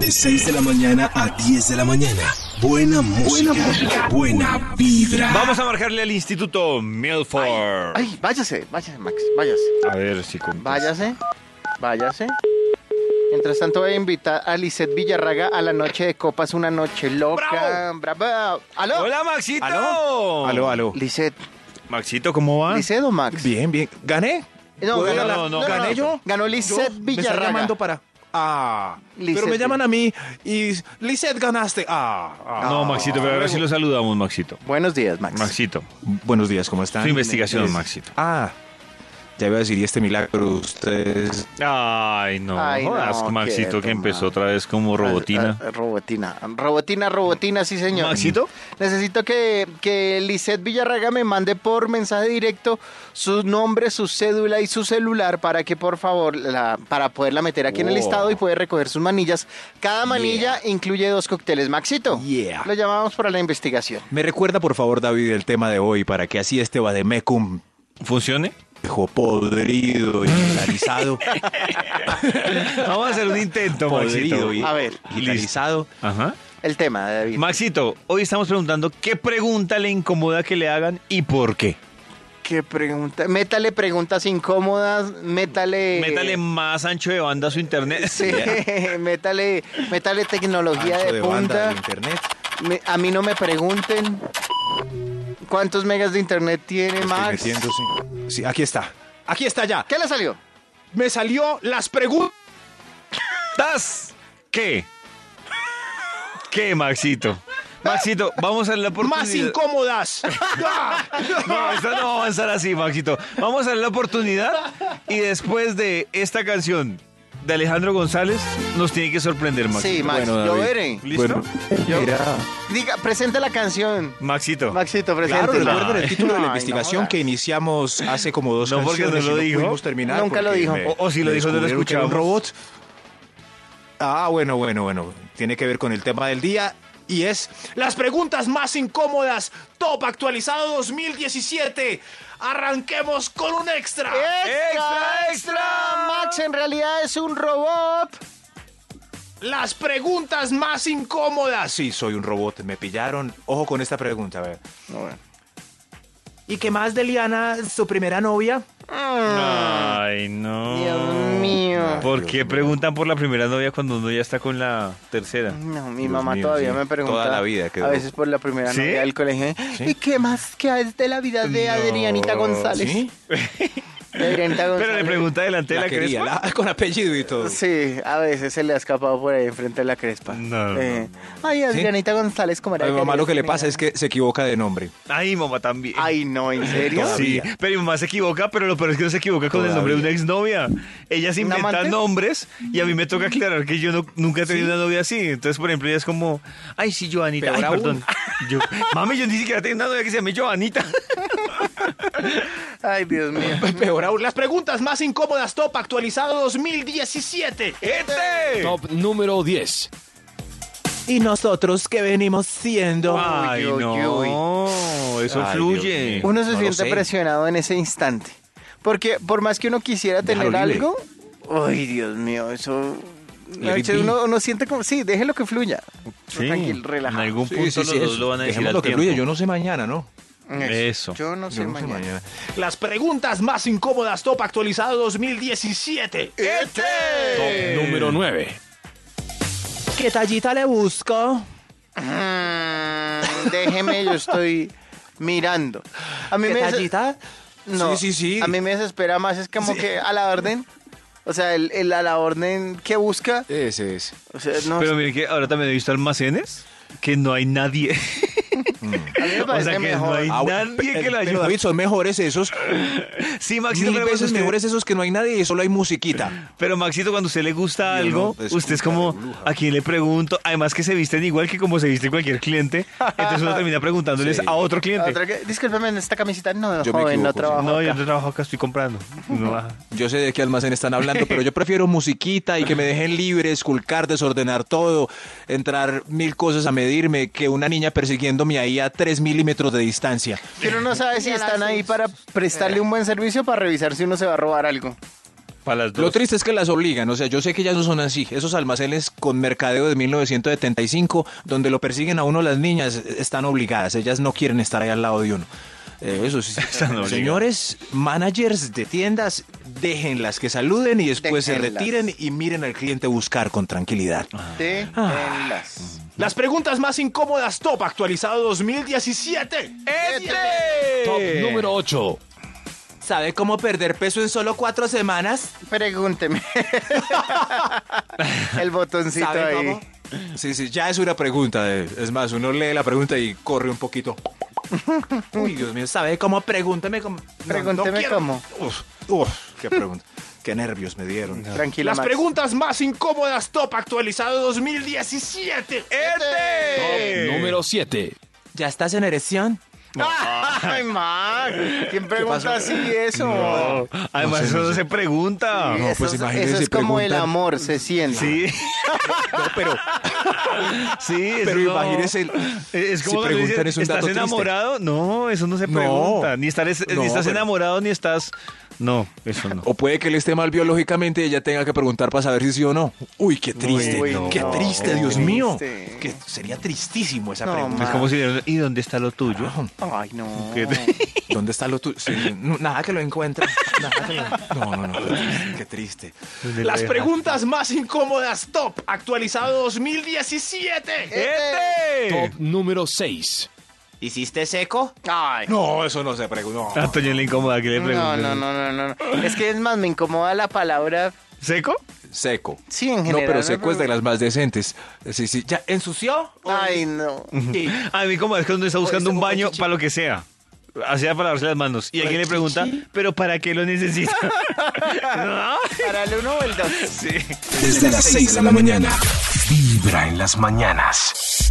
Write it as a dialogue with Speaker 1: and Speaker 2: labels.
Speaker 1: De 6 de la mañana a 10 de la mañana. Buena música. Buena, vibra.
Speaker 2: Vamos a marcarle al Instituto Milford.
Speaker 3: Ay, váyase, váyase, Max, váyase.
Speaker 2: A ver si contesta.
Speaker 3: Váyase, váyase. Mientras tanto, voy a invitar a Lisette Villarraga a la noche de copas, una noche loca. ¡Bravo! ¡Aló!
Speaker 2: Hola, Maxito.
Speaker 4: ¿Aló? Aló, aló.
Speaker 3: Lisette,
Speaker 2: Maxito, ¿cómo va?
Speaker 3: ¿Lisette o Max?
Speaker 4: Bien, bien. ¿Gané?
Speaker 3: No,
Speaker 2: No,
Speaker 3: ganó,
Speaker 2: no, no,
Speaker 4: ¿gané yo?
Speaker 3: Ganó
Speaker 4: Yo-
Speaker 3: Lisette
Speaker 4: Me está
Speaker 3: Villarraga.
Speaker 4: llamando para... Ah,
Speaker 3: Lisette.
Speaker 4: pero me llaman a mí y... Lisette, ganaste. Ah, ah.
Speaker 2: No, Maxito, pero ahora sí lo saludamos, Maxito.
Speaker 3: Buenos días, Max.
Speaker 2: Maxito.
Speaker 4: Buenos días, ¿cómo están?
Speaker 2: Su investigación,
Speaker 1: pues.
Speaker 4: Es-
Speaker 2: Maxito.
Speaker 4: Ah, ya iba a decir, y este milagro, ustedes...
Speaker 2: Ay, no.
Speaker 3: Ay,
Speaker 2: jodas,
Speaker 3: no,
Speaker 2: Maxito,
Speaker 3: quieto,
Speaker 2: que empezó
Speaker 3: man.
Speaker 2: otra vez como robotina.
Speaker 3: Ah, ah, robotina. Robotina, robotina, sí, señor.
Speaker 2: ¿Maxito?
Speaker 3: Necesito que, que Lisette Villarraga me mande por mensaje directo su nombre, su cédula y su celular para que, por favor, la, para poderla meter aquí en el
Speaker 2: Wow.
Speaker 3: listado y poder recoger sus manillas. Cada manilla incluye dos cócteles. Maxito,
Speaker 4: Yeah.
Speaker 3: lo llamamos para la investigación.
Speaker 4: Me recuerda, por favor, David, el tema de hoy para que así este vademecum
Speaker 2: ¿Funcione?
Speaker 4: viejo podrido y finalizado,
Speaker 2: Vamos a hacer un intento,
Speaker 4: podrido
Speaker 2: Maxito.
Speaker 4: y
Speaker 3: A ver.
Speaker 4: digitalizado.
Speaker 2: Ajá.
Speaker 3: El tema, David.
Speaker 2: Maxito, hoy estamos preguntando qué pregunta le incomoda que le hagan y por qué.
Speaker 3: ¿Qué pregunta? Métale preguntas incómodas, métale...
Speaker 2: Métale más ancho de banda a su internet.
Speaker 3: Eh. Sí, métale, métale tecnología
Speaker 4: Ancho
Speaker 3: de
Speaker 4: banda
Speaker 3: punta.
Speaker 4: del internet.
Speaker 3: Me- a mí no me pregunten cuántos megas de internet tiene
Speaker 4: Estoy
Speaker 3: Max.
Speaker 4: metiendo, sí. Sí, aquí está. Aquí está ya.
Speaker 3: ¿Qué le salió?
Speaker 4: Me salió las preguntas.
Speaker 2: ¿Estás? ¿Qué? ¿Qué, Maxito? Maxito, vamos a la oportunidad.
Speaker 4: más incómodas.
Speaker 2: No, esto no va a avanzar así, Maxito. Vamos a darle la oportunidad y después de esta canción de Alejandro González, nos tiene que sorprender, Maxito.
Speaker 3: Sí, Max,
Speaker 4: Bueno,
Speaker 3: yo
Speaker 4: David.
Speaker 3: veré.
Speaker 2: ¿Listo?
Speaker 3: Yo- Diga, presente la canción.
Speaker 2: Maxito.
Speaker 3: Maxito, presente.
Speaker 4: Claro, recuerden el título de
Speaker 3: Ay,
Speaker 4: la
Speaker 3: no
Speaker 4: investigación
Speaker 3: jodas.
Speaker 4: que iniciamos hace como dos
Speaker 2: No, porque
Speaker 4: canciones
Speaker 2: no lo
Speaker 4: y
Speaker 2: dijo.
Speaker 4: pudimos terminar
Speaker 3: Nunca lo
Speaker 4: porque
Speaker 3: dijo.
Speaker 4: me-
Speaker 2: O- o si lo
Speaker 4: me
Speaker 2: dijo, no lo
Speaker 4: descubrieron que era un
Speaker 2: escuchamos.
Speaker 4: robot. Ah, bueno, bueno, bueno. Tiene que ver con el tema del día y es las preguntas más incómodas. Top actualizado 2017. Arranquemos con un extra.
Speaker 3: ¡Extra, extra! Max en realidad es un robot.
Speaker 4: Las preguntas más incómodas. Sí, soy un robot. Me pillaron. Ojo con esta pregunta. A ver. ¿Y qué más de Liana, su primera novia?
Speaker 2: Ay, no.
Speaker 3: Dios mío.
Speaker 2: ¿Por qué preguntan por la primera novia cuando uno ya está con la tercera?
Speaker 3: No, mi
Speaker 4: Dios
Speaker 3: mamá
Speaker 4: mío,
Speaker 3: todavía
Speaker 4: sí.
Speaker 3: me pregunta.
Speaker 4: Toda la vida quedó.
Speaker 3: A veces por la primera
Speaker 2: ¿Sí?
Speaker 3: novia del colegio. ¿eh? ¿Y qué más que es de la vida de Adrianita González?
Speaker 4: Oh, ¿Sí?
Speaker 3: De Adrianita González.
Speaker 2: Pero le pregunta delante de la,
Speaker 4: La quería,
Speaker 2: crespa.
Speaker 4: la- con apellido y todo.
Speaker 3: Sí, a veces se le ha escapado por ahí enfrente de la crespa.
Speaker 2: No, no,
Speaker 3: Eh, Ay, Adrianita González, ¿cómo era?
Speaker 4: A mi mamá lo que le
Speaker 3: tenía?
Speaker 4: pasa es que se equivoca de nombre.
Speaker 2: Ay, mamá también.
Speaker 3: Ay, no, ¿en serio?
Speaker 2: Sí, pero mi mamá se equivoca, pero lo peor es que no se equivoca con el nombre de una exnovia. Ella se
Speaker 3: ¿Un
Speaker 2: inventa
Speaker 3: amante?
Speaker 2: nombres y a mí me toca aclarar que yo no- nunca he tenido una novia así. Entonces, por ejemplo, ella es como, ay, sí, Joanita.
Speaker 4: Peor
Speaker 2: Ay,
Speaker 4: aún.
Speaker 2: perdón. Yo, mami, yo ni siquiera tengo una novia que se llame Joanita.
Speaker 3: Ay, Dios mío.
Speaker 4: Peor aún, las preguntas más incómodas, top actualizado 2017.
Speaker 2: ¡Este!
Speaker 5: Top número 10.
Speaker 4: Y nosotros que venimos siendo.
Speaker 2: Ay,
Speaker 3: uy, uy.
Speaker 2: no. Eso
Speaker 4: Ay,
Speaker 2: fluye.
Speaker 4: Dios mío.
Speaker 3: Uno se
Speaker 4: No lo
Speaker 3: siente
Speaker 4: sé.
Speaker 3: presionado en ese instante. Porque por más que uno quisiera
Speaker 4: Déjalo
Speaker 3: tener
Speaker 4: libre.
Speaker 3: algo, ay, Dios mío, eso...
Speaker 4: Let it
Speaker 3: Ay,
Speaker 4: be.
Speaker 3: uno, uno siente como, sí, déjelo que fluya.
Speaker 2: Sí,
Speaker 3: Tranquilo, relajado.
Speaker 2: En algún
Speaker 4: Sí,
Speaker 2: punto
Speaker 4: sí,
Speaker 2: los
Speaker 4: sí, es-
Speaker 2: dos lo van a decir
Speaker 4: dejemos
Speaker 2: al
Speaker 4: lo que fluye,
Speaker 2: tiempo.
Speaker 4: yo no sé mañana, ¿no?
Speaker 2: Eso.
Speaker 3: Yo no sé
Speaker 4: Yo no sé
Speaker 3: mañana.
Speaker 4: mañana.
Speaker 6: Las preguntas más incómodas top actualizado 2017.
Speaker 3: Este
Speaker 5: Top número 9.
Speaker 4: ¿Qué tallita le busco?
Speaker 3: Mm, déjeme, yo estoy mirando. A mí
Speaker 4: ¿Qué
Speaker 3: me...
Speaker 4: tallita?
Speaker 3: No,
Speaker 4: Sí, sí, sí.
Speaker 3: A mí me desespera más, es como que a la orden. O sea, el, el a la orden que busca.
Speaker 4: Ese es.
Speaker 3: O sea, no,
Speaker 2: Pero miren que ahora también he visto almacenes que no hay nadie.
Speaker 3: a mí me
Speaker 2: o
Speaker 3: parece
Speaker 2: sea que no
Speaker 3: mejor.
Speaker 2: hay
Speaker 4: Ah,
Speaker 2: nadie que la
Speaker 4: Pero
Speaker 2: ayude.
Speaker 4: David, son mejores esos.
Speaker 2: Sí, Maxito,
Speaker 4: Mil
Speaker 2: pero cuando
Speaker 4: veces
Speaker 2: usted-
Speaker 4: mejores esos que no hay nadie y solo hay musiquita.
Speaker 2: Pero Maxito, cuando a usted le gusta
Speaker 4: Yo no
Speaker 2: algo,
Speaker 4: te
Speaker 2: usted es
Speaker 4: escucho,
Speaker 2: como,
Speaker 4: bruja.
Speaker 2: ¿a quién le pregunto? Además que se visten igual que como se viste cualquier cliente. Entonces uno termina preguntándoles
Speaker 4: Sí.
Speaker 2: a otro cliente.
Speaker 3: Otra que- discúlpeme, en esta camiseta no,
Speaker 4: Yo me
Speaker 3: joven, no
Speaker 4: equivoco, sí.
Speaker 3: trabajo
Speaker 2: No, yo
Speaker 3: acá.
Speaker 2: no trabajo acá, estoy comprando. No, ah.
Speaker 4: Yo sé de qué almacén están hablando, pero yo prefiero musiquita y que me dejen libre, esculcar, desordenar todo, entrar mil cosas a medirme que una niña persiguiéndome ahí a tres milímetros de distancia.
Speaker 3: Que uno no sabe si están ahí para prestarle un buen servicio o para revisar si uno se va a robar algo.
Speaker 2: Para las dos.
Speaker 4: Lo triste es que las obligan, o sea, yo sé que ya no son así, esos almacenes con mercadeo de 1975, donde lo persiguen a uno las niñas, están obligadas, ellas no quieren estar ahí al lado de uno. Eh, eso sí,
Speaker 2: obligadas.
Speaker 4: señores managers de tiendas, déjenlas que saluden y después se
Speaker 3: Déjenlas.
Speaker 4: retiren y miren al cliente buscar con tranquilidad.
Speaker 2: Ah.
Speaker 3: Déjenlas.
Speaker 7: Las preguntas más incómodas top actualizado 2017.
Speaker 8: Top número 8.
Speaker 4: ¿Sabe cómo perder peso en solo cuatro semanas?
Speaker 3: Pregúnteme. El botoncito
Speaker 4: ¿Sabe
Speaker 3: ahí.
Speaker 4: cómo? Sí, sí, ya es una pregunta. eh. Es más, uno lee la pregunta y corre un poquito. Uy, Dios mío, ¿sabe cómo? Pregúnteme cómo. No, no
Speaker 3: Pregúnteme
Speaker 4: quiero.
Speaker 3: cómo.
Speaker 4: Uf, uf, qué pregunta. qué nervios me dieron.
Speaker 3: Tranquila,
Speaker 7: Las
Speaker 3: Max.
Speaker 7: preguntas más incómodas top actualizado 2017.
Speaker 3: Este.
Speaker 8: Top número 7.
Speaker 4: ¿Ya estás en erección?
Speaker 3: Ay, Max. ¿Quién pregunta así eso?
Speaker 2: Además, eso no se pregunta.
Speaker 3: Sí,
Speaker 4: No,
Speaker 3: eso,
Speaker 4: pues
Speaker 3: es-
Speaker 4: imagínese,
Speaker 3: eso es como el
Speaker 4: preguntan.
Speaker 3: amor, se siente.
Speaker 2: Sí,
Speaker 4: No, pero
Speaker 2: sí.
Speaker 4: Pero
Speaker 2: eso no.
Speaker 4: imagínese el-
Speaker 2: Es
Speaker 4: si
Speaker 2: como cuando
Speaker 4: preguntan,
Speaker 2: dicen,
Speaker 4: es un
Speaker 2: ¿estás
Speaker 4: dato triste".
Speaker 2: enamorado? No, eso no se
Speaker 4: No.
Speaker 2: pregunta. ni, estar es-
Speaker 4: No,
Speaker 2: ni estás
Speaker 4: pero-
Speaker 2: enamorado, ni estás... No, eso no.
Speaker 4: o puede que él esté mal biológicamente y ella tenga que preguntar para saber si sí o no. Uy, qué triste.
Speaker 3: Uy, no,
Speaker 4: qué triste, Dios
Speaker 3: qué
Speaker 4: mío.
Speaker 3: triste.
Speaker 4: Que sería tristísimo esa
Speaker 3: No,
Speaker 4: pregunta.
Speaker 2: Es como si... le- ¿Y dónde está lo tuyo?
Speaker 4: Ah.
Speaker 3: Ay, no. Este.
Speaker 2: ¿Qué
Speaker 4: ¿Dónde está lo tuyo? nada que lo encuentre. Nada que lo- No, no, no. Qué triste. Qué triste.
Speaker 2: ¿Dónde
Speaker 7: Las
Speaker 2: lo dejaste?
Speaker 7: preguntas más incómodas top actualizado 2017.
Speaker 8: Top número 6.
Speaker 3: ¿Hiciste seco? Ay.
Speaker 4: No, eso no se pregunta.
Speaker 2: A Ah, Toño le incomoda que le
Speaker 3: No,
Speaker 2: pregunten.
Speaker 3: no, no, no, no, no. Es que es más, me incomoda la palabra.
Speaker 2: ¿Seco?
Speaker 4: Seco.
Speaker 3: Sí, en
Speaker 4: No,
Speaker 3: general.
Speaker 4: pero
Speaker 3: me
Speaker 4: seco es de las más decentes. Sí, sí. ¿Ya ensució?
Speaker 3: Ay, no.
Speaker 2: A mí como Ah, es cuando está buscando un baño para lo que sea. Así para lavarse las manos. Y alguien le pregunta, ¿pero para qué lo necesita? ¿No?
Speaker 3: Para el uno o el dos.
Speaker 1: Desde las 6 de la mañana. Vibra en las mañanas.